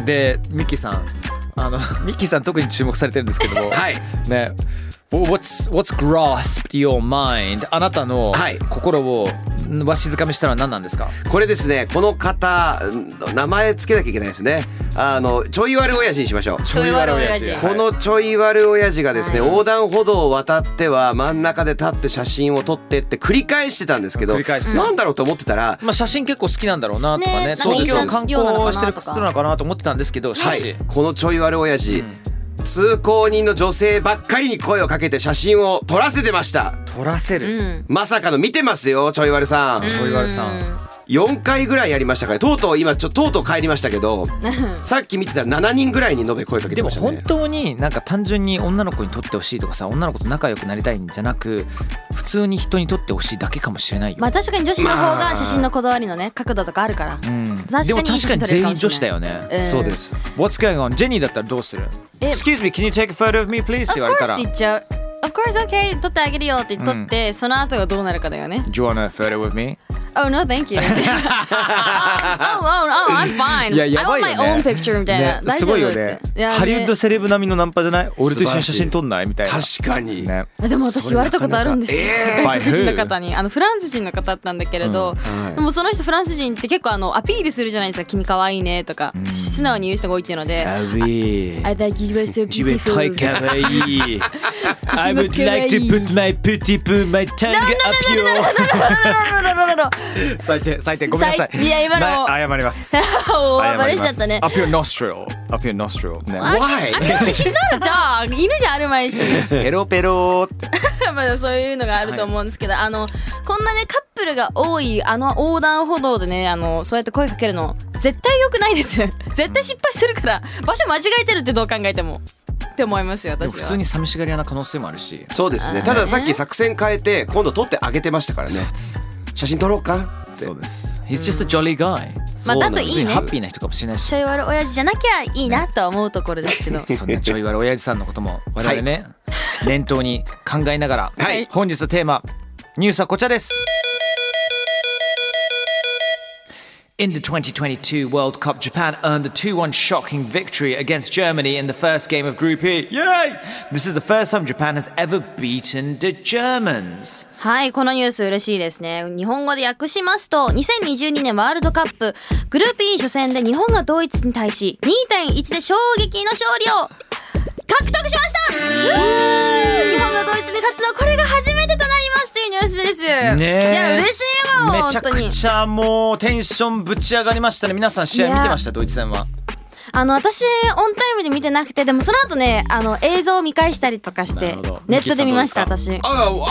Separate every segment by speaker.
Speaker 1: でミッキーさんあの ミッキーさん特に注目されてるんですけども、
Speaker 2: はい。
Speaker 1: ね What's, what's grasped your mind? あなたの
Speaker 2: はい
Speaker 1: 心をわしづかみしたのは何なんですか
Speaker 2: これですね。この方うん名前つけなきゃいけないですね。あのちょい悪親父にしましょう。
Speaker 3: ちょい悪親父
Speaker 2: このちょい悪親父がですね、
Speaker 3: はい
Speaker 2: 横断歩道を渡っては真ん中で立って写真を撮ってって繰り返してたんですけど
Speaker 1: 繰り返してた
Speaker 2: なんだろうと思ってたら、
Speaker 1: まあ、写真結構好きなんだろうなとかね
Speaker 3: ねえ
Speaker 1: 東京
Speaker 2: なん
Speaker 1: の
Speaker 3: か
Speaker 1: 観
Speaker 3: いいようなのか
Speaker 1: 光し
Speaker 3: な
Speaker 1: てる
Speaker 3: と
Speaker 1: 人
Speaker 3: か
Speaker 1: なのかなと思ってたんですけどしか
Speaker 2: は
Speaker 1: し、
Speaker 2: い、このちょい悪親父、通行人の女性ばっかりに声をかけて写真を撮らせてました
Speaker 1: 撮らせる、
Speaker 3: うん
Speaker 2: まさかの見てますよちょい悪さん、
Speaker 1: ちょい悪さん
Speaker 2: 4回ぐらいやりましたからとうとう今ちょとうとう帰りましたけどさっき見てたら7人ぐらいに延べ声かけ
Speaker 1: で
Speaker 2: て
Speaker 1: も
Speaker 2: ました
Speaker 1: 本
Speaker 2: ね
Speaker 1: 当になんか単純に女の子に撮ってほしいとかさ女の子と仲良くなりたいんじゃなく普通に人に撮ってほしいだけかもしれないよ、
Speaker 3: まあ確かに女子の方が写真のこだわりのね角度とかあるから
Speaker 1: うん、
Speaker 3: 確かに
Speaker 1: でも
Speaker 3: いい
Speaker 1: 確
Speaker 3: 写
Speaker 1: か
Speaker 3: 真
Speaker 1: に
Speaker 3: 撮れる
Speaker 1: 全
Speaker 3: か
Speaker 1: 員
Speaker 3: もしれ
Speaker 1: 女
Speaker 3: な
Speaker 1: 子だよ
Speaker 3: い
Speaker 1: ね、
Speaker 3: うん
Speaker 2: そうです、
Speaker 1: What's going on? ジェニーだったらどうする
Speaker 3: え
Speaker 1: ?Excuse me, can you take a photo of me please? って言わ
Speaker 3: Of
Speaker 1: れたら
Speaker 3: course 言っちゃう Of course okay 撮ってあげるよって撮ってその後がどうなるかだよね
Speaker 1: Do you want a photo with me?
Speaker 3: Oh no thank you あ Oh oh oh I'm fine
Speaker 1: いややばいよ
Speaker 3: I
Speaker 1: ね
Speaker 3: want my own picture みたい
Speaker 1: ね
Speaker 3: な大
Speaker 1: す
Speaker 3: 丈
Speaker 1: ごい
Speaker 3: 夫
Speaker 1: よ
Speaker 3: っ
Speaker 1: ね
Speaker 3: ていや
Speaker 1: ハリウッドセレブ並みのナンパじゃない俺と一緒に写真撮んないみたいな
Speaker 2: 確かに、
Speaker 1: ね
Speaker 3: でも私言われたことあるんですよ外国人の
Speaker 1: By who？
Speaker 3: 方にあのフランス人の方だったんだけれど、でもその人フランス人って結構あのアピールするじゃないですか「君可愛いね」とか、素直に言う人が多いっていうので
Speaker 1: あび
Speaker 3: 「I think you are so
Speaker 1: 自分
Speaker 3: beautiful」
Speaker 1: かわいい I would
Speaker 3: 可愛
Speaker 1: like
Speaker 3: い
Speaker 1: to put my pretty poo my tongue up your 最低最低ごめんなさ
Speaker 3: 最
Speaker 1: い
Speaker 3: 低いや今の
Speaker 1: な謝り ます
Speaker 3: おー
Speaker 1: 謝
Speaker 3: バレ
Speaker 1: り
Speaker 3: し
Speaker 1: ま
Speaker 3: ちゃっ
Speaker 1: す
Speaker 3: たね
Speaker 1: Up your nostril Up your nostril ね
Speaker 2: Why?
Speaker 3: 膝じゃあ犬じゃあるまいし
Speaker 1: ペロペ ロって
Speaker 3: まあそういうのがあると思うんですけど、あのこんなねカップルが多いあの横断歩道でねあのそうやって声かけるの絶対良くないです 絶対失敗するから場所間違えてるってどう考えてもって思いますよ
Speaker 1: でも
Speaker 3: 私は
Speaker 1: 普 通に寂しがり屋な可能性もあるし
Speaker 2: そうですねたださっき作戦変えて今度撮ってあげてましたからね写真撮ろうかって
Speaker 1: そうです He's just a jolly guy
Speaker 3: まあだといいね
Speaker 1: 別にハッピーな人かもしれないし
Speaker 3: ちょい悪親父じゃなきゃいいなとは思うところですけど
Speaker 1: そんなちょい悪親父さんのことも我々ね、念頭に考えながら、
Speaker 2: はい
Speaker 1: 本日のテーマニュースはこちらです。In the 2022 World Cup, Japan earned a 2-1 shocking victory against Germany in the first game of Group E. Yay! This is the first time Japan has ever beaten the Germans.
Speaker 3: はいこのニュース嬉しいですね日本語で訳しますと2022年ワールドカップグループ E 初戦で日本がドイツに対し2対1で衝撃の勝利を獲得しました日本がドイツに勝つのはこれが初めてとなりますというニュースです
Speaker 1: ねえ
Speaker 3: いや嬉しいわ
Speaker 1: めち
Speaker 3: 本
Speaker 1: ゃ
Speaker 3: 当
Speaker 1: く
Speaker 3: に
Speaker 1: ちゃもうテンションぶち上がりましたね。皆さん試合見てましたドイツ戦は。
Speaker 3: あの私オンタイムで見てなくてでもその後ねあの映像を見返したりとかして
Speaker 1: なるほど
Speaker 3: ネットで見ました
Speaker 1: ミキ
Speaker 3: 私
Speaker 2: ああの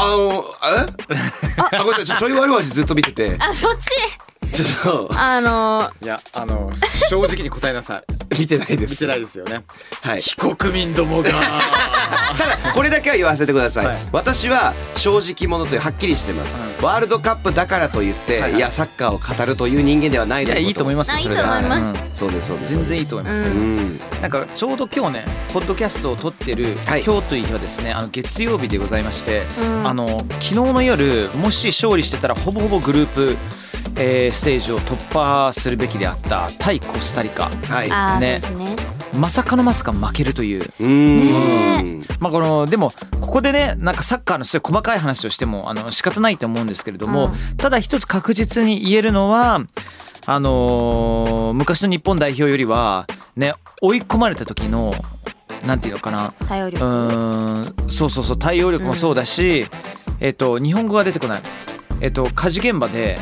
Speaker 2: えあごめんなさいちょちょい悪い話ずっと見てて
Speaker 3: あそっち
Speaker 2: ちょっ
Speaker 3: あの
Speaker 4: いやあの正直に答えなさい
Speaker 2: と 見てないで
Speaker 4: 見
Speaker 2: す
Speaker 4: てないですよね
Speaker 2: はい
Speaker 4: 非国民どもが
Speaker 2: ただこれだけは言わせてください、
Speaker 4: はい
Speaker 2: 私は正直者というはっきりしてます、
Speaker 4: はい
Speaker 2: ワールドカップだからといって、いやサッカーを語るという人間ではない
Speaker 1: いやいいと思います
Speaker 3: あ
Speaker 1: よ
Speaker 3: いい
Speaker 1: そ
Speaker 3: と
Speaker 1: れ
Speaker 3: 思い
Speaker 1: で
Speaker 3: ます、
Speaker 2: すそうですそうです
Speaker 1: 全然いいと思いま
Speaker 2: う
Speaker 1: す、
Speaker 2: ん
Speaker 1: なんかちょうど今日ねポッドキャストを撮ってる、
Speaker 2: はい
Speaker 1: 今日という日はですねあの月曜日でございまして、
Speaker 3: うん
Speaker 1: あの昨日の夜もし勝利してたらほぼほぼグループ、えーステージを突破するべきであった対コスタリカ
Speaker 2: はい
Speaker 3: ああ、
Speaker 1: ね
Speaker 3: そうですね
Speaker 1: まさかのまさか負けるという
Speaker 2: うーん
Speaker 1: まあ、このでもここでねなんかサッカーのすごい細かい話をしてもあの仕方ないと思うんですけれども、ただ一つ確実に言えるのはあのー昔の日本代表よりはね追い込まれた時のなんていうのかな
Speaker 3: 頼
Speaker 1: う
Speaker 3: り
Speaker 1: ーんそうそうそう対応力もそうだし、えっと日本語が出てこない。えっと、火事現場で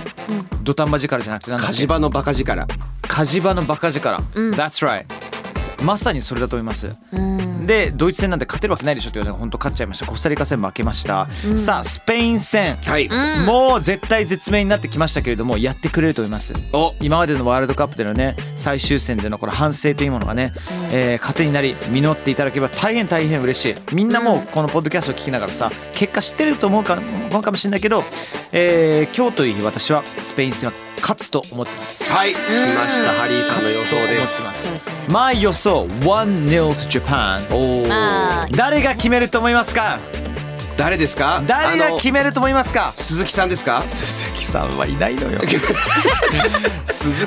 Speaker 1: 土壇場力じゃなくてなんだっ
Speaker 2: 火
Speaker 1: け
Speaker 2: 事場のバカ力
Speaker 1: 火事場のバカ力、
Speaker 3: ん
Speaker 1: That's right まさにそれだと思います、
Speaker 3: うん
Speaker 1: でドイツ戦なんて勝てるわけないでしょって言われて本当勝っちゃいましたコスタリカ戦負けました、さあスペイン戦、
Speaker 2: はい、
Speaker 1: もう絶対絶命になってきましたけれどもやってくれると思います
Speaker 2: お
Speaker 1: 今までのワールドカップでのね最終戦でのこの反省というものがね、えー糧になり実っていただければ大変大変嬉しいみんなもうこのポッドキャストを聞きながらさ結果知ってると思うか思うかもしれないけど、えー今日という日私はスペイン戦は勝つと思ってます
Speaker 2: はい来ましたハリーさんの予想
Speaker 1: 勝つと
Speaker 2: で
Speaker 1: 思って
Speaker 2: す
Speaker 1: ます
Speaker 3: そうですね
Speaker 1: まあ予想1-0 to Japan
Speaker 2: お
Speaker 3: ま
Speaker 2: ー
Speaker 3: あ
Speaker 1: 誰が決めると思いますか
Speaker 2: 誰ですか
Speaker 1: 誰
Speaker 2: あ
Speaker 1: が
Speaker 2: の
Speaker 1: 決めると思いますか
Speaker 2: 鈴木さんですか
Speaker 1: 鈴木さんはいないのよ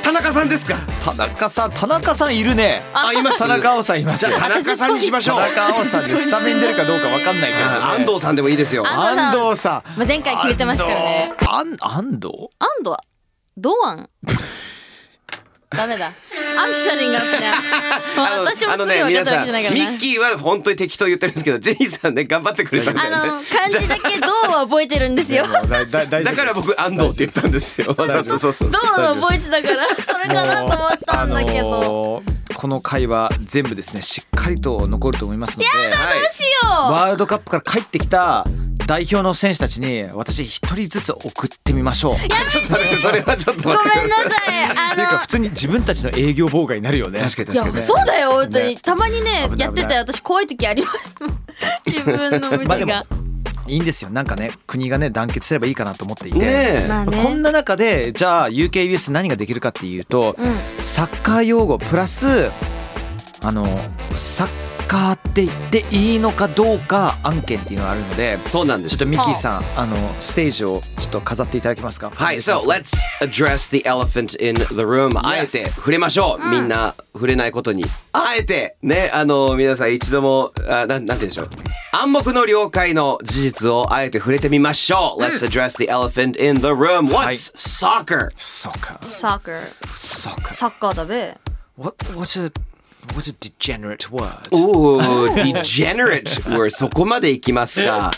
Speaker 2: 田中さんですか
Speaker 1: 田中さん田中さんいるね
Speaker 2: あいます
Speaker 1: 田中碧さんいます
Speaker 2: じゃ
Speaker 1: よ
Speaker 2: あ田中さんにしまし
Speaker 1: 田
Speaker 2: ょう
Speaker 1: 中碧さんでスタメン出るかどうかわかんないけどね、
Speaker 2: あ安藤さんでもいいですよ
Speaker 3: あ
Speaker 1: 安藤さん
Speaker 3: まあ前回決めてましたからね
Speaker 1: 安藤安安藤
Speaker 3: 安藤は堂安ダ メだ I'm shutting up now もう私もすぐ分かったわけじゃないか
Speaker 2: 皆
Speaker 3: らな
Speaker 2: さんミッキーは本当に適当言ってるんですけどジェニーさんね頑張ってくれたんだ
Speaker 3: あ
Speaker 2: よね
Speaker 3: の漢字だけ「どう」は覚えてるんで すよ「どう
Speaker 4: だだ大丈夫で
Speaker 2: だ
Speaker 4: す
Speaker 2: から僕安藤って言ったんですよわざとそう そう」
Speaker 3: は覚えてたからそれかなと思ったんだけど
Speaker 1: もうあのーこの回は全部ですねしっかりと残ると思いますので
Speaker 2: はい
Speaker 3: どうしよ
Speaker 1: ワールドカップから帰ってきた代表の選手たちに私一人ずつ送ってみましょう
Speaker 2: それはちょっと
Speaker 3: うご
Speaker 2: 待って
Speaker 3: めんなさいあ
Speaker 1: っていうか
Speaker 3: の
Speaker 1: 普通に自分たちの営業妨害になるよね
Speaker 2: 確か
Speaker 3: い
Speaker 2: に確
Speaker 3: や
Speaker 2: か
Speaker 3: そうだよ本当にたまにね
Speaker 1: 危ない
Speaker 3: やってて私怖い時あります 自分の無
Speaker 1: まあで
Speaker 3: 知
Speaker 1: も
Speaker 3: が
Speaker 1: いいんですよなんかね国がね団結すればいいかなと思っていて、
Speaker 2: にね
Speaker 3: まあ
Speaker 1: こん
Speaker 3: ね
Speaker 1: な中でじゃあ UKBS 何ができるかっていうと、
Speaker 3: う
Speaker 1: サッカー用語プラスあのサッカーって言っていいのかどうか案件っていうのがあるので
Speaker 2: えそうなんで
Speaker 1: ちょ
Speaker 2: す
Speaker 1: っとミッキーさんあのステージをちょっと飾っていただけますか
Speaker 2: はい So let's address the elephant in the room、あえて触れましょう、みんな触れないことにあえてねあの皆さん一度もあなんなんて言うんでしょう暗黙の了解の事実をあえて触れてみましょう、Let's address the elephant in the room What's、
Speaker 1: はい
Speaker 2: soccer?
Speaker 1: そうか
Speaker 3: サッカー
Speaker 1: そうか
Speaker 3: サッカーだべ
Speaker 1: What, what's a, what's a degenerate word?
Speaker 2: おお、degenerate word そこまでいきますか。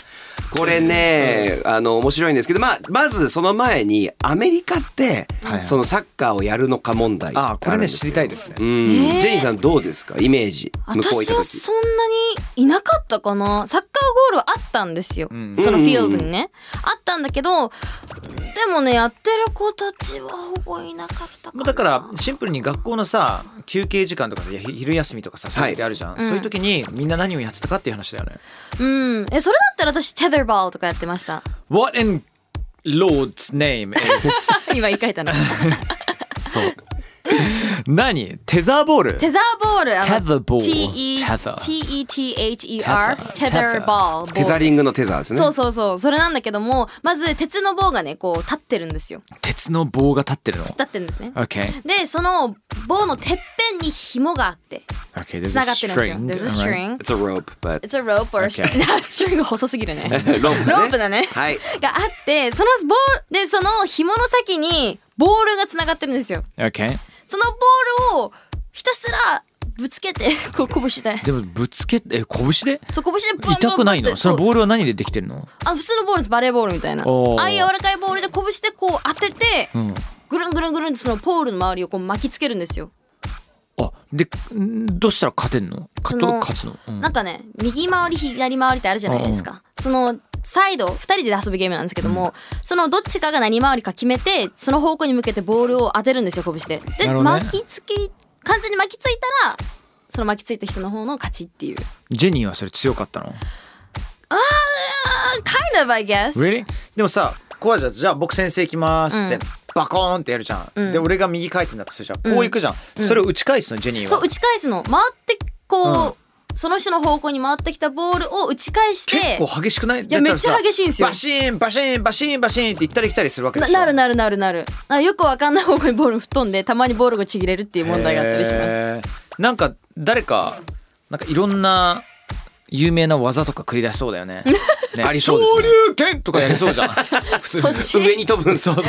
Speaker 2: これね、あの面白いんですけど、まあまずその前にアメリカって、
Speaker 1: はい
Speaker 2: そのサッカーをやるのか問題
Speaker 1: ああこれ
Speaker 2: るん
Speaker 1: ね
Speaker 2: です
Speaker 1: 知
Speaker 2: よ
Speaker 1: りたいですね
Speaker 2: うん、ジェニーさんどうですかイメージ向こう行っ
Speaker 3: 私
Speaker 2: た
Speaker 3: は
Speaker 2: 時。
Speaker 3: そんなにいなかったかなサッカーゴールはあったんですよ、そのフィールドにね、あったんだけどでもねやってる子たちはほぼいなかったか
Speaker 1: まあ
Speaker 3: な
Speaker 1: だからシンプルに学校のさ休憩時間とかさいやひ昼休みとかさそういう時あるじゃん、そういう時にみんな何をやってたかっていう話だよね。
Speaker 3: うんえそれだったら私テザーバーとかやってました
Speaker 1: What in Lord's name is
Speaker 3: 今言い換えたな
Speaker 1: そう何テザーボール
Speaker 3: テザーボールあの
Speaker 1: Tetherball
Speaker 3: T-E-
Speaker 1: Tether
Speaker 3: T-E-T-H-E-R
Speaker 1: Tether
Speaker 3: テザーバー
Speaker 2: テザリングのテザーですね。
Speaker 3: そうそうそうそれなんだけどもまず鉄の棒がねこう立ってるんですよ
Speaker 1: 鉄の棒が立ってるの。
Speaker 3: 立ってるんですね
Speaker 1: Okay.
Speaker 3: でその棒のてっぺんに紐があって
Speaker 1: Okay.
Speaker 3: つ
Speaker 1: There's
Speaker 3: な
Speaker 1: a
Speaker 3: がってるんですよ
Speaker 1: string.
Speaker 3: There's
Speaker 2: It's a
Speaker 1: alright.
Speaker 3: a string
Speaker 2: rope, but
Speaker 3: It's a rope or a string string 細すぎ るねロ
Speaker 2: ロープだね。
Speaker 3: ープだね
Speaker 2: はい。
Speaker 3: があってその棒でその紐の先にボールがつながってるんですよ
Speaker 1: Okay.
Speaker 3: そのボールをひたすらぶつけて こう拳で
Speaker 1: でもぶつけえ拳で
Speaker 3: そう拳でバンバンバンって
Speaker 1: 痛くないのそのボールは何でできてるの
Speaker 3: あ普通のボールですバレーボールみたいな
Speaker 1: おー
Speaker 3: ああいう柔らかいボールで拳でこう当てて、ぐるんぐるんぐるんってそのポールの周りをこう巻きつけるんですよ
Speaker 1: あでんどうしたら勝てんの
Speaker 3: そ
Speaker 1: 勝
Speaker 3: の
Speaker 1: 勝つの、うん
Speaker 3: なんかね右回り左回りってあるじゃないですか、そのサイド2人で遊ぶゲームなんですけどもそのどっちかが何回りか決めてその方向に向けてボールを当てるんですよ拳で。で、
Speaker 1: なるほどね
Speaker 3: 巻きつき完全に巻きついたらその巻きついた人の方の勝ちっていう。
Speaker 1: ジェニーはそれ強かったの
Speaker 3: あー kind of I guess。
Speaker 1: Really?
Speaker 4: でもさこうじゃんじゃあ僕先生行きますって、バコーンってやるじゃん、で俺が右回転だとするじゃんこう行くじゃん、それを打ち返すのジェニーは
Speaker 3: そう打ち返すの回ってこう、その人の方向に回ってきたボールを打ち返して
Speaker 4: 結構激しくないい
Speaker 3: やめっちゃ激しいんですよ
Speaker 4: バシーンバシーンバシーンバシーンって行ったり来たりするわけで
Speaker 3: な
Speaker 4: しょ
Speaker 3: なるなるなるなるあよくわかんない方向にボール吹っ飛んでたまにボールがちぎれるっていう問題があったりします
Speaker 1: へーなんか誰かなんかいろんな有名な技とか繰り出しそうだよ ね。ね
Speaker 2: ありそうですね
Speaker 1: 昇竜拳とかやりそうじゃ ん。
Speaker 3: そっち
Speaker 2: 上に飛ぶんです
Speaker 1: そうそう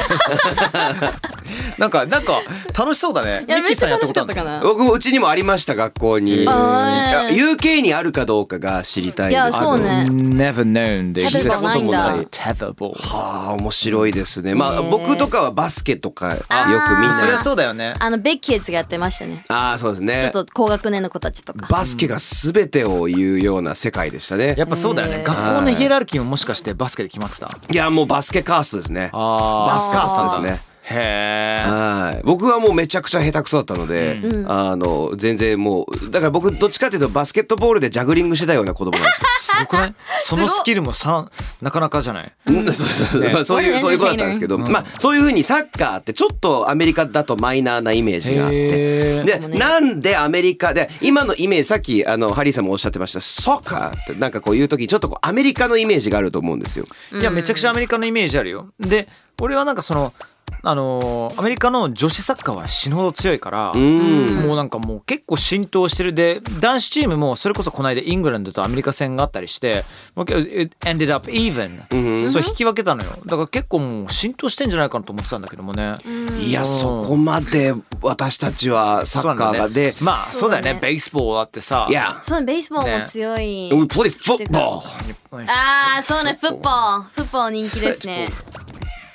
Speaker 1: なんかなんか楽しそうだね。
Speaker 3: いや
Speaker 1: ミッ
Speaker 3: め
Speaker 1: キ
Speaker 3: っ
Speaker 1: ー
Speaker 3: ち
Speaker 1: さ
Speaker 3: ゃ
Speaker 1: んやっ
Speaker 3: 楽
Speaker 1: た
Speaker 3: し
Speaker 1: こ
Speaker 3: か
Speaker 1: とあ
Speaker 3: った
Speaker 1: る
Speaker 3: かな
Speaker 2: 僕もうちにもありました学校に。いや UK にあるかどうかが知りたい。
Speaker 3: いやそうね
Speaker 1: Never known で
Speaker 3: テ
Speaker 2: ザボないんだ
Speaker 1: テザボ
Speaker 2: ああ面白いですね。まあ
Speaker 3: ね
Speaker 2: 僕とかはバスケとかよくみん
Speaker 1: そりゃ
Speaker 2: な。
Speaker 1: そうだよね。
Speaker 3: あのベッキーズがやってましたね
Speaker 2: ああそうですね。
Speaker 3: ちょっと高学年の子たちとか
Speaker 2: バスケが全てを言うような世界でしたね。
Speaker 1: やっぱそうだよね。学校のヒエラルキーももしかしてバスケで決まってた。
Speaker 2: いやもうバスケカーストですね。
Speaker 1: あ
Speaker 2: バスカーストですね。
Speaker 1: へえ。
Speaker 2: はい僕はもうめちゃくちゃ下手くそだったので、あの全然もうだから僕どっちかっていうとバスケットボールでジャグリングしてたような子供なんですよ
Speaker 1: すごくない？その
Speaker 3: すご
Speaker 1: スキルもさなかなかじゃない。
Speaker 2: うんそうそうそうまあそういう
Speaker 3: What an
Speaker 2: そういうことだったんですけど、まあそういうふうにサッカーってちょっとアメリカだとマイナーなイメージがあって
Speaker 1: へ
Speaker 2: でなんでアメリカで今のイメージさっきあのハリーさんもおっしゃってましたソッカーってなんかこういう時にちょっとこうアメリカのイメージがあると思うんですよ。
Speaker 1: いやめちゃくちゃアメリカのイメージあるよで俺はなんかそのあのーアメリカの女子サッカーは死ぬほど強いからもうなんかもう結構浸透してるで男子チームもそれこそこの間イングランドとアメリカ戦があったりしてもうけ it ended up even、そう引き分けたのよだから結構もう浸透してんじゃないかなと思ってたんだけどもね、
Speaker 2: いやそこまで私たちはサ
Speaker 1: そうな
Speaker 2: ッ
Speaker 1: ん
Speaker 2: カーが
Speaker 1: だね
Speaker 2: で、
Speaker 1: まあそうだよね
Speaker 3: そうだ
Speaker 1: ベースボールだってさ
Speaker 2: いや
Speaker 3: そのベースボールも強い、
Speaker 2: we play football
Speaker 3: ああそうねフッポーフッポー人気ですね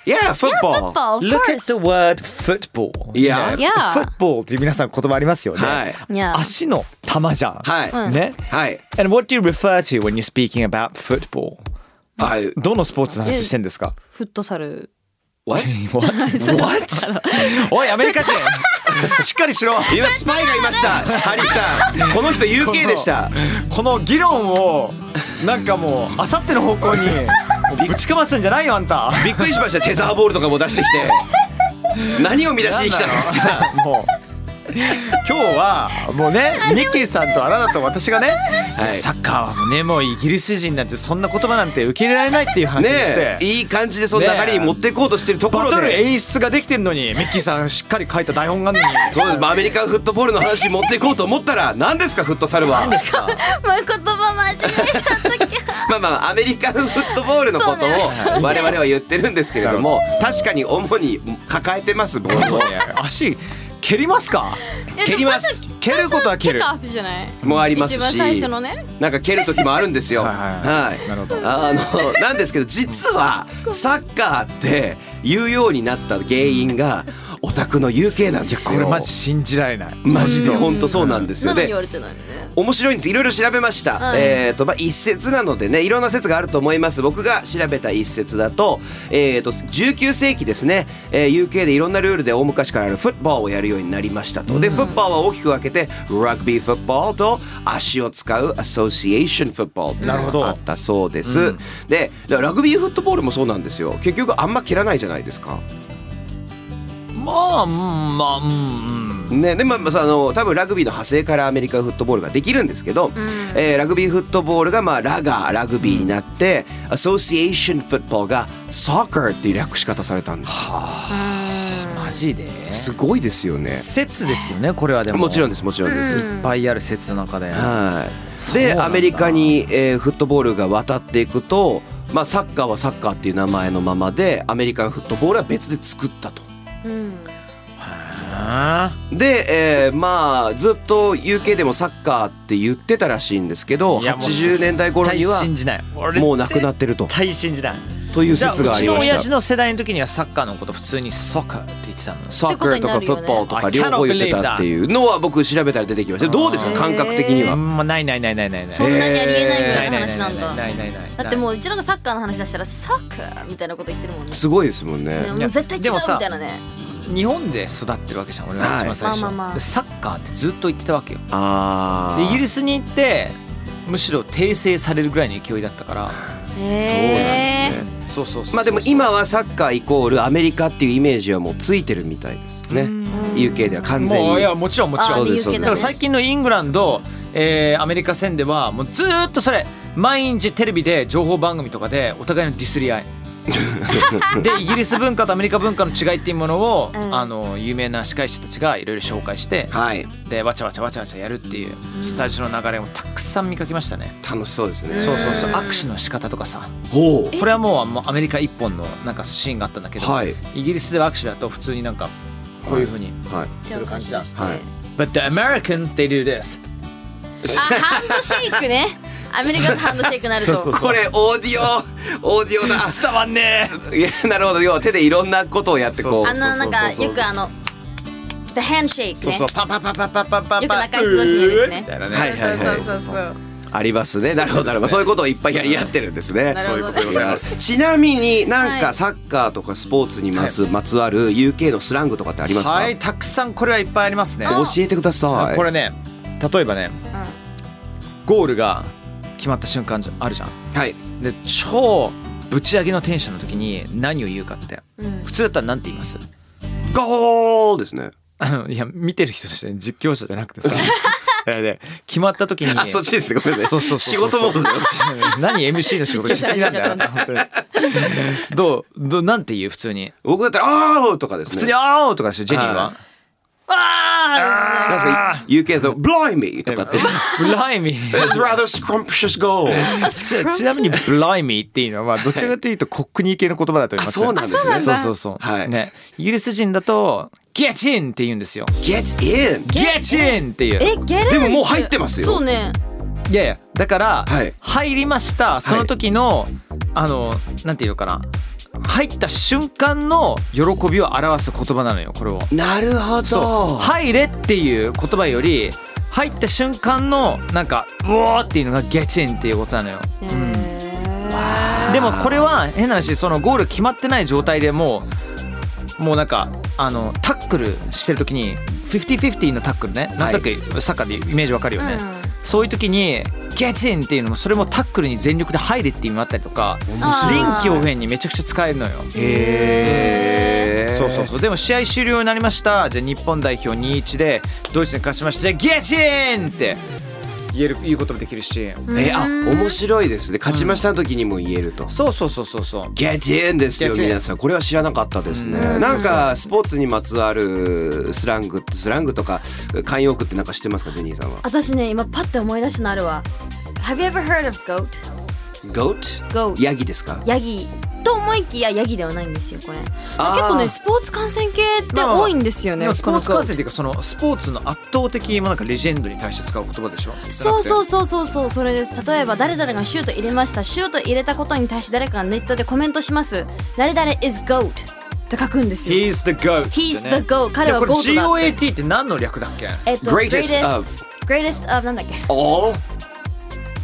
Speaker 2: yeah
Speaker 3: フッ
Speaker 2: football
Speaker 3: ポー of
Speaker 1: Look at the
Speaker 3: course
Speaker 1: word football
Speaker 2: いや
Speaker 1: ね
Speaker 3: Yeah
Speaker 4: フットボールって皆さん言葉ありますよね、
Speaker 2: はい
Speaker 3: いや
Speaker 1: 足の球じゃん、
Speaker 2: はいうん
Speaker 1: ね
Speaker 2: はい。
Speaker 1: And what do you refer to when you're speaking about football?
Speaker 2: はい。
Speaker 1: どのスポーツの話してんで すか
Speaker 3: フットサ ル
Speaker 2: What?
Speaker 1: What?
Speaker 2: What?
Speaker 1: おい、アメリカ人しっかりしろ
Speaker 2: 今スパイがいました。ハリーさん。この人 UK でした。
Speaker 1: この議論を、なんかもう、あさっての方向に、ぶちかますんじゃないよ、あんた。
Speaker 2: びっくりしました。テザーボールとかも出してきて。何を見出しに来たんですか。
Speaker 1: かもう。今日はもう ねミッキーさんとあなたと私がね、
Speaker 2: い
Speaker 1: サッカーはもうねもうイギリス人なんてそんな言葉なんて受け入れられないっていう話
Speaker 2: ね
Speaker 1: をして、
Speaker 2: え、いい感じでその流れに持っていこうとしてるとこ
Speaker 1: バ
Speaker 2: ろ
Speaker 1: トル
Speaker 2: で。
Speaker 1: 演出ができてんのにミッキーさんしっかり書いた台本があるのに
Speaker 2: そうですまあアメリカンフットボールの話に持っていこうと思ったら何ですかフットサルは
Speaker 3: もう言葉間違えちゃったけど
Speaker 2: まあまあアメリカンフットボールのことを我々は言ってるんですけれども確かに主に抱えてますボールを
Speaker 1: 足蹴りますか
Speaker 2: 蹴ります
Speaker 1: 蹴ることは蹴る
Speaker 3: キックオフじゃない
Speaker 2: もありますし
Speaker 3: 一番最初のね
Speaker 2: なんか蹴る時もあるんですよ。
Speaker 1: はい
Speaker 2: はい
Speaker 1: なるほど
Speaker 2: あのなんですけど実はサッカーって言うようになった原因がオタクの UK なんですよ。
Speaker 1: これマジ信じられない
Speaker 2: マジで本当そうなんです
Speaker 3: な
Speaker 2: よ。
Speaker 3: の
Speaker 2: で
Speaker 3: に言われてないのね
Speaker 2: 面白いんですいろいろ調べました、
Speaker 3: うん
Speaker 2: えっ、とまあ一説なのでねいろんな説があると思います僕が調べた一説だと,、えー、と19世紀ですね、えー UK でいろんなルールで大昔からあるフットボールをやるようになりましたと、でフットボールは大きく分けてラグビーフットボールと足を使うアソシエーションフットボールっていう
Speaker 1: なるほ
Speaker 2: の
Speaker 1: ど
Speaker 2: があったそうです、でだからラグビーフットボールもそうなんですよ結局あんま蹴らないじゃないですか
Speaker 1: まあうんまあうん
Speaker 2: ねでまあまあさあの多分ラグビーの派生からアメリカンフットボールができるんですけど、えーラグビーフットボールが、まあ、ラガーラグビーになって、アソシエーションフットボールがサッカーっていう略し方されたんです
Speaker 1: マジです
Speaker 2: ごいですよね
Speaker 1: 説ですよねこれはでも
Speaker 2: もちろん
Speaker 1: い
Speaker 2: ですもちろんです、
Speaker 1: っぱいある説の中で
Speaker 2: はい
Speaker 1: そうな
Speaker 2: で
Speaker 1: んだ
Speaker 2: アメリカに、えーフットボールが渡っていくと、まあ、サッカーはサッカーっていう名前のままでアメリカンフットボールは別で作ったと。
Speaker 3: うん
Speaker 1: あ
Speaker 2: で、えーまあずっと UK でもサッカーって言ってたらしいんですけど
Speaker 1: いやもう
Speaker 2: 80年代頃には
Speaker 1: 信じない俺
Speaker 2: もうなくなってると
Speaker 1: 絶対信じない
Speaker 2: という
Speaker 1: じゃあう
Speaker 2: 説があ
Speaker 1: ち
Speaker 2: り
Speaker 1: の
Speaker 2: ま
Speaker 1: 親
Speaker 2: し
Speaker 1: 父
Speaker 2: た
Speaker 1: の世代の時にはサッカーのこと普通にソッカーって言ってたの
Speaker 2: サッカーとか
Speaker 3: って
Speaker 2: フ
Speaker 3: こと
Speaker 2: ッ
Speaker 3: に
Speaker 2: ト
Speaker 3: な
Speaker 2: ボールとか
Speaker 3: るよね
Speaker 2: 両方言ってたっていうのは僕調べたら出てきましたどうですか感覚的に
Speaker 1: あ
Speaker 2: は
Speaker 1: んまないないないないない
Speaker 3: そんなにありえないぐらいの話なん
Speaker 1: な
Speaker 3: だ
Speaker 1: いないないない
Speaker 3: だってもううちらがサッカーの話出したらサッカーみたいなこと言ってるもんね
Speaker 2: すごいですもんね
Speaker 3: ねもう絶対違うみたいなね
Speaker 1: 日本で育ってるわけじゃん俺が一番最初、
Speaker 3: はいまあまあまあ
Speaker 1: でサッカーってずっと言ってたわけよ
Speaker 2: あ
Speaker 1: で
Speaker 2: ー
Speaker 1: イギリスに行ってむしろ訂正されるぐらいの勢いだったから
Speaker 3: へえ
Speaker 1: そうそうそうそう
Speaker 2: まあでも今はサッカーイコールアメリカっていうイメージはもうついてるみたいですね UK では完全に
Speaker 1: もういやもちろんもちろ
Speaker 2: そう
Speaker 1: ん
Speaker 3: あ
Speaker 2: ですそ
Speaker 3: UK
Speaker 2: うで
Speaker 3: だ
Speaker 1: だから
Speaker 2: す
Speaker 1: 最近のイングランド、えーアメリカ戦ではもうずーっとそれ毎日テレビで情報番組とかでお互いのディスり合いでイギリス文化とアメリカ文化の違いっていうものを、
Speaker 3: うん
Speaker 1: あの有名な司会者たちがいろいろ紹介して
Speaker 2: はい
Speaker 1: でわちゃわちゃわちゃわちゃやるっていうスタジオの流れをたくさん見かけましたね、
Speaker 2: 楽しそうですね
Speaker 1: そうそうそう握手の仕方とかさ
Speaker 2: ほ
Speaker 1: これはもうあのアメリカ一本のなんかシーンがあったんだけど、
Speaker 2: はい
Speaker 1: イギリスでは握手だと普通になんかこういうふうに、
Speaker 2: うはい
Speaker 1: する感じだ
Speaker 3: じゃあ
Speaker 2: はい
Speaker 1: But the Americans they do this
Speaker 3: あハンドシェイクねアメリカのハンドシェイクな ると
Speaker 1: そうそう
Speaker 2: これオーディオオーディオだ
Speaker 1: 伝わんねえ
Speaker 2: いやなるほど要は手でいろんなことをやってこう
Speaker 3: あのなんかよくあの The handshake ね
Speaker 4: そうそうパンパンパンパンパンパンパン
Speaker 3: よく仲良し同士のやつね
Speaker 4: みたいなね
Speaker 2: はいはいはい
Speaker 3: そうそうそうそう
Speaker 2: ありますねなるほどなるほどそういうことをいっぱいやり合ってるんですね
Speaker 3: なるほどね
Speaker 2: いやちなみになん
Speaker 3: は
Speaker 2: か
Speaker 3: い
Speaker 2: サッカーとかスポーツにまつまつわる UK のスラングとかってありますか、
Speaker 4: はいたくさんこれはいっぱいありますね
Speaker 2: 教えてください
Speaker 1: これね例えばね、ゴールが決まった瞬間じゃあるじゃん
Speaker 2: はい
Speaker 1: で超ぶち上げのテンションの時に何を言うかって、普通だったら何て言います
Speaker 2: ゴーですね
Speaker 1: あのいや見てる人として実況者じゃな くてさいやいや決まった時に
Speaker 2: あそっちですねごめんなさい
Speaker 1: そ
Speaker 2: う
Speaker 1: そう
Speaker 2: 仕
Speaker 1: そう
Speaker 2: 事
Speaker 1: そう
Speaker 2: モードだよ
Speaker 1: 何 MC の仕 事しすぎなんだよあなた本当にどうどうなんて言う普通に
Speaker 2: 僕だったら「あー」とかですね
Speaker 1: 普通に「あー」とかでしょジェニーは
Speaker 2: はなんですか UK だと「ブライミー」とかって
Speaker 1: 「ブライ ミー」
Speaker 2: It's rather scrumptious goal
Speaker 1: ちなちなみにブライミーっていうのはどちらかというとコックニー系の言葉だと思います
Speaker 2: あそうなんですねあそうなんだ
Speaker 1: そうそうそう、
Speaker 2: はい
Speaker 1: ねイギリス人だと Get in って言うんですよ
Speaker 2: Get in
Speaker 1: Get in っていう
Speaker 3: えゲレン
Speaker 2: でももう入ってますよ
Speaker 3: そうね
Speaker 1: いやいやだから、
Speaker 2: はい
Speaker 1: 入りましたその時の、あのなんていうのかな入った瞬間の喜びを表す言葉なのよこれを
Speaker 2: なるほ
Speaker 1: そう
Speaker 2: ど
Speaker 1: 入れっていう言葉より入った瞬間のなんかうおーっていうのが Get in っていうことなのよ
Speaker 3: へ
Speaker 1: でもこれは変な話そのゴール決まってない状態でもうもうなんかあのタックルしてる時に50-50のタックルねなんとなくサッカーでイメージわかるよね、そういう時に「ゲッチン!」っていうのもそれもタックルに全力で入れっていうのもあったりとか臨機応変にめちゃくちゃ使えるのよ
Speaker 2: へー
Speaker 1: そうそうそうでも試合終了になりましたじゃあ日本代表2-1でドイツに勝ちましたじゃあ「ゲッチン!」って言える言うこともできるし
Speaker 2: えあ面白いですね勝ちましたの時にも言えると
Speaker 1: そうそうそうそうそう
Speaker 2: Get in ですよ
Speaker 1: Get in
Speaker 2: 皆さんこれは知らなかったですねなんかスポーツにまつわるスラングスラングとか慣用句ってなんか知ってますかジェニーさんは
Speaker 3: 私ね今パッて思い出したのあるわ Have you ever heard of goat?
Speaker 2: Goat?
Speaker 3: Goat
Speaker 2: ヤギですか
Speaker 3: ヤギと思いきやヤギではないんですよこれ
Speaker 2: あー
Speaker 3: 結構ねスポーツ観戦系って多いんですよね
Speaker 1: でもスポーツ観戦
Speaker 3: こ
Speaker 1: っていうかそのスポーツの圧倒的ななんかレジェンドに対して使う言葉でしょ
Speaker 3: のそうそううそうそうそうそれです例えば誰々がシュート入れましたシュート入れたことに対して誰かがネットでコメントします誰々 is goat って書くんですよ
Speaker 1: He's the GOAT
Speaker 3: He's
Speaker 1: ってね
Speaker 3: the goat 彼は GOAT だって
Speaker 1: いやこれ GOAT って何の略だっけ
Speaker 3: えっと
Speaker 2: Greatest of
Speaker 3: greatest of なんだっ け
Speaker 2: All?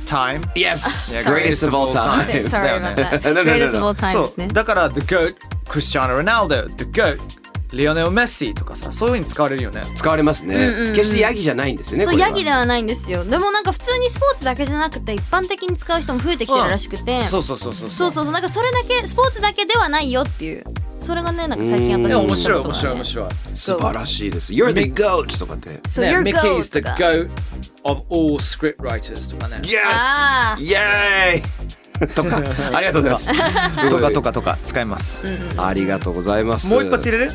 Speaker 1: Time
Speaker 2: Yes!
Speaker 3: Yeah,
Speaker 2: greatest of all time
Speaker 3: Okay, sorry about that.
Speaker 2: だよね
Speaker 3: greatest of all time で
Speaker 1: そ
Speaker 3: す
Speaker 1: う
Speaker 3: ね
Speaker 1: だから The GOAT クリスチャーノ・ロナウド The GOAT レオネル・メッシとかさそういうふうに使われるよね
Speaker 2: 使われますね、決してヤギじゃないんですよね
Speaker 3: そう
Speaker 2: これは
Speaker 3: ヤギではないんですよでもなんか普通にスポーツだけじゃなくて一般的に使う人も増えてきてるらしくて、
Speaker 1: そうそうそうそう
Speaker 3: そうそうそうなんかそれだけスポーツだけではないよっていうそれがねなんか最近
Speaker 2: う
Speaker 3: 私
Speaker 2: ん
Speaker 1: でも面
Speaker 3: 知った
Speaker 1: 白い
Speaker 3: こと
Speaker 1: 面
Speaker 3: が
Speaker 1: 白い
Speaker 3: あるね
Speaker 1: 面白い
Speaker 2: 素晴らしいです You're the goat とかって
Speaker 3: そう、
Speaker 1: ね
Speaker 3: Your
Speaker 1: Mickey is the
Speaker 3: Goat とか
Speaker 1: GOAT of all script writers とかね
Speaker 2: Yes!
Speaker 3: あ
Speaker 2: Yay! と かありがとうございますすごい
Speaker 1: かとか使います
Speaker 2: ありがとうございます
Speaker 1: もう一発入れる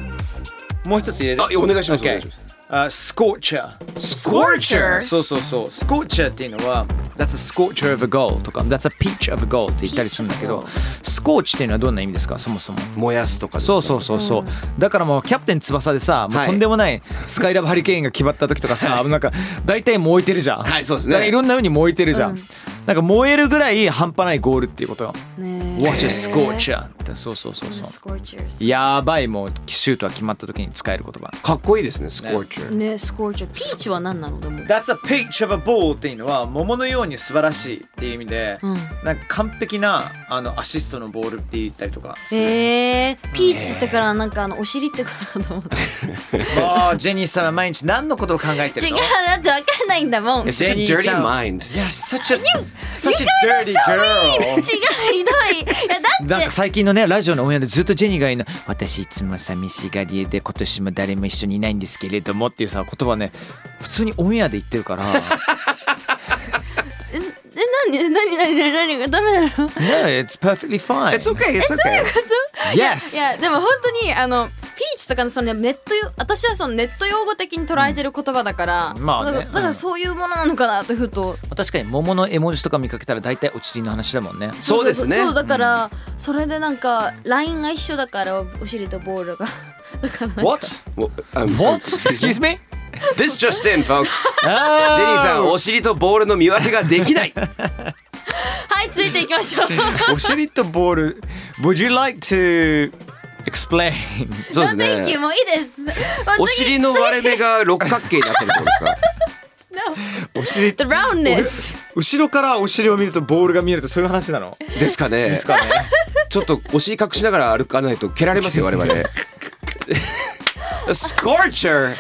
Speaker 1: もう一つ入れる
Speaker 2: あいやお願いしますお願い
Speaker 1: OK
Speaker 2: します
Speaker 1: あスコーチャー
Speaker 3: Scorcher？
Speaker 1: そうそうそうスコーチャーっていうのは That's a scorcher of a goal とか That's a peach of a goal って言ったりするんだけどスコーチっていうのはどんな意味ですかそもそも
Speaker 2: 燃やすとかですか
Speaker 1: そうそうそうそう、だからもうキャプテン翼でさ、もう
Speaker 2: はい
Speaker 1: とんでもないスカイラブハリケーンが決まった時とかさ、なんか大体燃えてるじゃん
Speaker 2: はいそうですね
Speaker 1: だからいろんな風に燃えてるじゃん、なんか燃えるぐらい半端ないゴールっていうことよ。
Speaker 3: ね
Speaker 1: What a scorcher! ってそうそうそう
Speaker 3: ス
Speaker 1: そ
Speaker 3: コーチャー
Speaker 1: う。やばいもうシュートは決まった時に使える言葉。
Speaker 2: かっこいいですね、スコーチャー。
Speaker 3: ねスコーチャーピーチは何なのでも
Speaker 4: That's a peach of a ball っていうのは桃のように素晴らしいっていう意味で、
Speaker 3: ん
Speaker 4: なんか完璧なあのアシストのボールって言ったりと かする。
Speaker 3: へえピーチってからなんかあのお尻ってことかと思った
Speaker 4: あージェニーさんは毎日何のことを考えてる
Speaker 3: 違う
Speaker 4: の
Speaker 3: だってわかんないんだもん違う
Speaker 2: It's such a
Speaker 4: ジェニーち
Speaker 2: dirty
Speaker 4: ゃん
Speaker 2: mind.
Speaker 4: Yeah, such a, such a
Speaker 3: guys are
Speaker 4: dirty
Speaker 3: so
Speaker 4: girl.
Speaker 3: ひどいいやだ
Speaker 1: な
Speaker 3: っ
Speaker 1: ん
Speaker 3: て
Speaker 1: か最近のねラジオのオンエアでずっとジェニーがいいの「私いつも寂しがり屋で今年も誰も一緒にいないんですけれども」っていうさ言葉ね普通にオンエアで言ってる からね
Speaker 3: え何何何何何がダメなの
Speaker 1: It's perfectly fine
Speaker 2: It's okay, it's okay.
Speaker 1: Yes
Speaker 3: いやでも本当にあのピーチとかのそのネット用私はそのネット用語的に捉えてる言葉だから、
Speaker 1: まあね
Speaker 3: そうだからだからそういうものなのかなってふと
Speaker 1: 確かに桃の絵文字とか見かけたら大体おちりの話だもんね
Speaker 2: そうですね
Speaker 3: そう。そうだから、それでなんかラインが一緒だからお尻とボールがだからなんか
Speaker 4: What?
Speaker 2: Well, um,
Speaker 1: What? Excuse me?
Speaker 2: This just in, folks. ジ
Speaker 1: あ
Speaker 2: ェニーさん、お尻とボールの見分けができない。
Speaker 3: はい続いていきましょう
Speaker 1: ーお尻とボール Would you like to explain?
Speaker 2: そうです
Speaker 3: 天気
Speaker 2: ね。
Speaker 3: もういいですまあ
Speaker 2: お尻の割れ目が六角形になってるってことですか。
Speaker 1: お尻
Speaker 3: The roundness
Speaker 4: 後ろからお尻を見るとボールが見えるとそういう話な の
Speaker 2: ですかね。
Speaker 4: ですかね。
Speaker 2: ちょっとお尻隠しながら歩かないと蹴られますよ我々。 スコーチャー。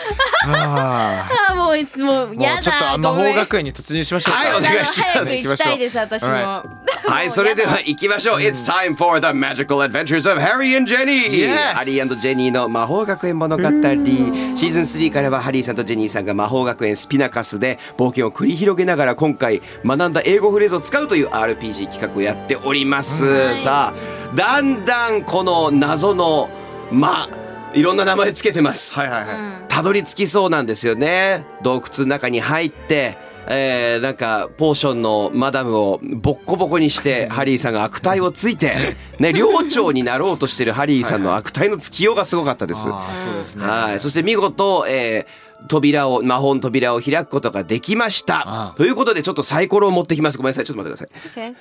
Speaker 3: ああもういつもう
Speaker 4: も
Speaker 3: や
Speaker 4: うちょっ
Speaker 3: だ
Speaker 4: と魔法
Speaker 3: ごめん
Speaker 4: 学園に突入しましょうか。
Speaker 2: はいお願いします
Speaker 3: あの早く行きたいです私も、
Speaker 4: は
Speaker 2: はい、そ れでは行きましょう。It's time for the magical adventures of Harry and Jenny!
Speaker 4: Yes
Speaker 2: ハリージェニーの魔法学園物語。シーズン3からはハリーさんとジェニーさんが魔法学園スピナカスで冒険を繰り広げながら今回学んだ英語フレーズを使うという RPG 企画をやっております。さあ、だんだんこの謎の、ま、いろんな名前つけてます。
Speaker 4: はいはいはい。
Speaker 2: たどり着きそうなんですよね洞窟の中に入って、えーなんかポーションのマダムをボッコボコにしてハリーさんが悪態をつ いて、ね、寮長になろうとしてるハリーさんの悪態のつきようがすごかったです。
Speaker 1: あーそうですね
Speaker 2: はい、そして見事、えー扉を魔法の扉を開くことができました
Speaker 1: あ
Speaker 2: ということでちょっとサイコロを持ってきますごめんなさいちょっと待ってください
Speaker 3: OK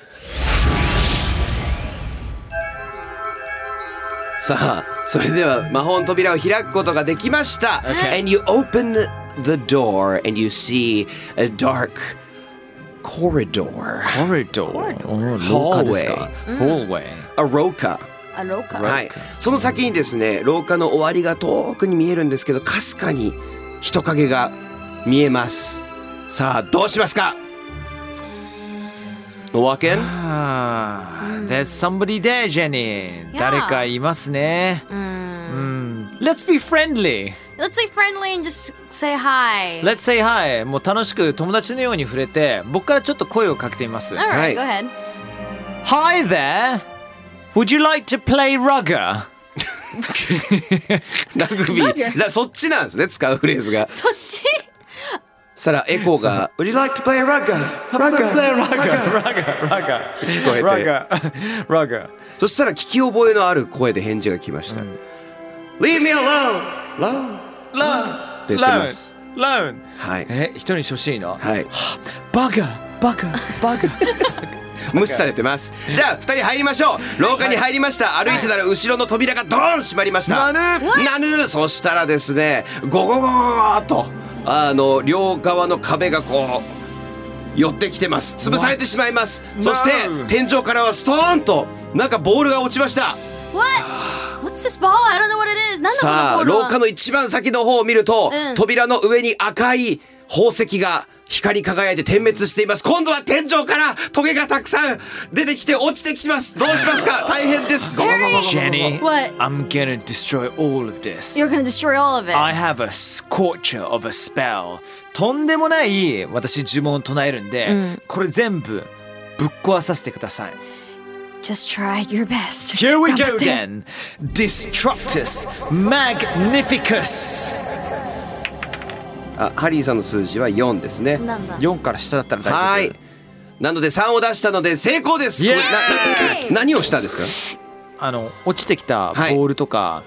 Speaker 2: さあそれでは魔法の扉を開くことができました、and you open the door and you see a dark corridor
Speaker 1: コリドーおー廊下ですか Hallway
Speaker 2: a roca
Speaker 3: あろうか、
Speaker 2: はい、その先にですね廊下の終わりが遠くに見えるんですけどかすかに人影が見えますさあどうしますか Walk in?
Speaker 1: あー Ah, There's somebody there, Jenny. 誰かいますね。
Speaker 2: Mm.
Speaker 1: うん。Let's Mm. be friendly.
Speaker 3: Let's be friendly and just say hi
Speaker 1: Let's say hi. もう楽しく友達のように触れて、僕からちょっと声をかけてみます。
Speaker 3: Alright、
Speaker 2: はい
Speaker 3: go ahead
Speaker 1: Hi there. Would you like to play rugger?
Speaker 2: ラグビーだそっちなんですね使うフレーズが
Speaker 3: そっち
Speaker 2: さらエコーが「Would you like to play rugger?」rugger
Speaker 1: Rugger.
Speaker 2: 聞こえて
Speaker 1: Rugger. Rugger.
Speaker 2: そしたら聞き覚えのある声で返事が来ました「Leave me alone!」alone って言ってま
Speaker 1: Loan.
Speaker 2: す
Speaker 1: Loan.
Speaker 2: はい
Speaker 1: え、Eh, 一人に欲しいの
Speaker 2: はい
Speaker 1: バカバカ バカ。
Speaker 2: 無視されてますじゃあ2人入りましょう廊下に入りました歩いてたら後ろの扉がドーン閉まりました
Speaker 1: なぬ
Speaker 2: なぬそしたらですねゴゴゴゴゴーとあの両側の壁がこう寄ってきてます潰されてしまいますそして
Speaker 1: なぬ
Speaker 2: 天井からはストーンとなんかボールが落ちました
Speaker 3: What? What's this ball? I don't know what it is 何
Speaker 2: さあ
Speaker 3: のこのボール
Speaker 2: 廊
Speaker 3: は
Speaker 2: 下の一番先の方を見ると、
Speaker 3: うん
Speaker 2: 扉の上に赤い宝石が光り輝いて点滅しています今度は天井からトゲがたくさん出てきて落ちてきますどうします か大変ですゴゴゴゴゴゴ
Speaker 1: Jenny,
Speaker 3: What?
Speaker 1: I'm gonna destroy all of this.
Speaker 3: You're gonna destroy all of it
Speaker 1: I have a scorcher of a spell. とんでもない私呪文を唱えるんで、これ全部ぶっ壊させてください。
Speaker 3: Just try your best
Speaker 1: Here we go
Speaker 3: 頑張って
Speaker 1: then! Destructus Magnificus!
Speaker 2: あハリーさんの数字は4ですね
Speaker 3: なんだ
Speaker 1: 4から下だったら
Speaker 2: は
Speaker 1: 大
Speaker 2: い
Speaker 1: 丈
Speaker 2: なので3を出したので成功です
Speaker 1: イエーイ
Speaker 2: これなな何をしたんですか
Speaker 1: 夫。あの、落ちてきたボ
Speaker 2: はい
Speaker 1: ールとか、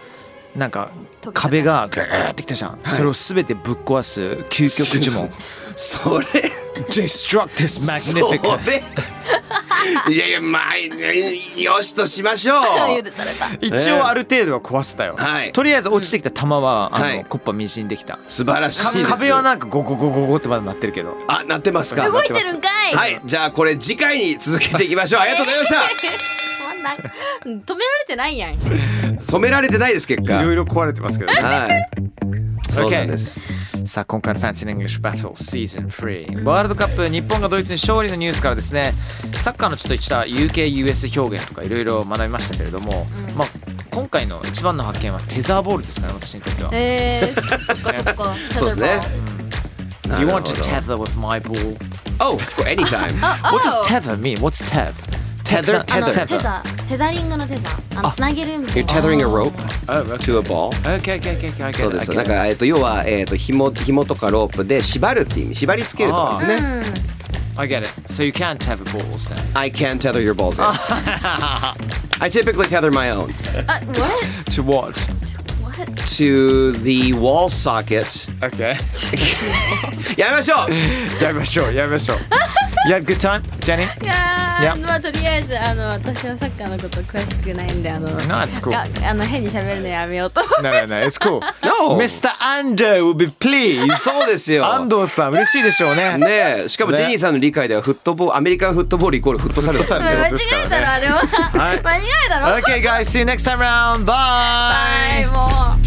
Speaker 1: なんか壁 がグーってきたじゃん。それをすべてぶっ壊す究極呪文。
Speaker 2: それ
Speaker 1: They struck this
Speaker 2: そ
Speaker 1: magnificence.
Speaker 2: れいやいやまあよしとしましょう
Speaker 3: 許された
Speaker 4: 一応ある程度は壊せたよ、
Speaker 2: はい
Speaker 1: とりあえず落ちてきた玉は、あの、
Speaker 2: はい
Speaker 1: コッパみじんできた。
Speaker 2: 素晴らしいです
Speaker 4: 壁はなんかゴゴゴゴゴってまだなってるけど
Speaker 2: あなってますか
Speaker 3: 動いてるんかい
Speaker 2: はいじゃあこれ次回に続けていきましょうありがとうございまし
Speaker 3: 止まんない止められてないやん
Speaker 2: た染められてないです結
Speaker 4: い
Speaker 2: 果
Speaker 4: ろいろ壊れてますけどね
Speaker 2: はいそうなんです
Speaker 1: さあ今回の Fancy in English Battle Season 3、ワールドカップ日本がドイツに勝利のニュースからですねサッカーのちょっとした UKUS 表現とかいろいろ学びましたけれども、まあ今回の一番の発見はテザーボールですかね私にとっては。
Speaker 3: えー、そっかそっか
Speaker 2: そうですね
Speaker 1: Do you want to
Speaker 2: なる
Speaker 1: tether with my ball?
Speaker 2: Oh of course anytime
Speaker 1: What does tether mean? What's tev?
Speaker 2: Tether,
Speaker 3: あの
Speaker 2: tether.
Speaker 3: テザーテザリングのテザーあのつなげるみたい
Speaker 2: You're
Speaker 3: な
Speaker 2: tethering a rope
Speaker 1: Oh, okay.
Speaker 2: to a ball
Speaker 1: Okay, okay, okay, okay, I get
Speaker 2: そうで
Speaker 1: it, I
Speaker 2: す
Speaker 1: get
Speaker 2: なん
Speaker 1: it.
Speaker 2: かえっと要はえっと紐紐とかロープで縛るっていう意味縛り付けるとかですね
Speaker 1: I get it. So you can tether balls then.
Speaker 2: I can tether your balls in. I typically tether my own
Speaker 3: あ what
Speaker 1: To what?
Speaker 3: what
Speaker 2: to the wall socket
Speaker 4: OK
Speaker 2: やめまし ょう
Speaker 4: やめましょうやめましょう
Speaker 1: Yeah, good time, Jenny.
Speaker 3: いや
Speaker 1: いや
Speaker 3: ーまあとりあえずあの私はサッカーのこと詳しくないんであの
Speaker 1: No, it's cool.
Speaker 3: があの変に喋るのやめようと
Speaker 1: No, no, no, it's cool.
Speaker 2: No
Speaker 1: Mr. Ando will be pleased.
Speaker 2: そうで すよ
Speaker 1: 安藤さん嬉しいでしょうね。
Speaker 2: ねえしかも
Speaker 1: ね
Speaker 2: ジェニーさんの理解ではフットボールアメリカンフットボールイコールフットサルだ
Speaker 4: フットサル
Speaker 3: 間違えたろあれは、間違えたろ
Speaker 1: Okay, guys, see you next time round. Bye.
Speaker 3: はいもう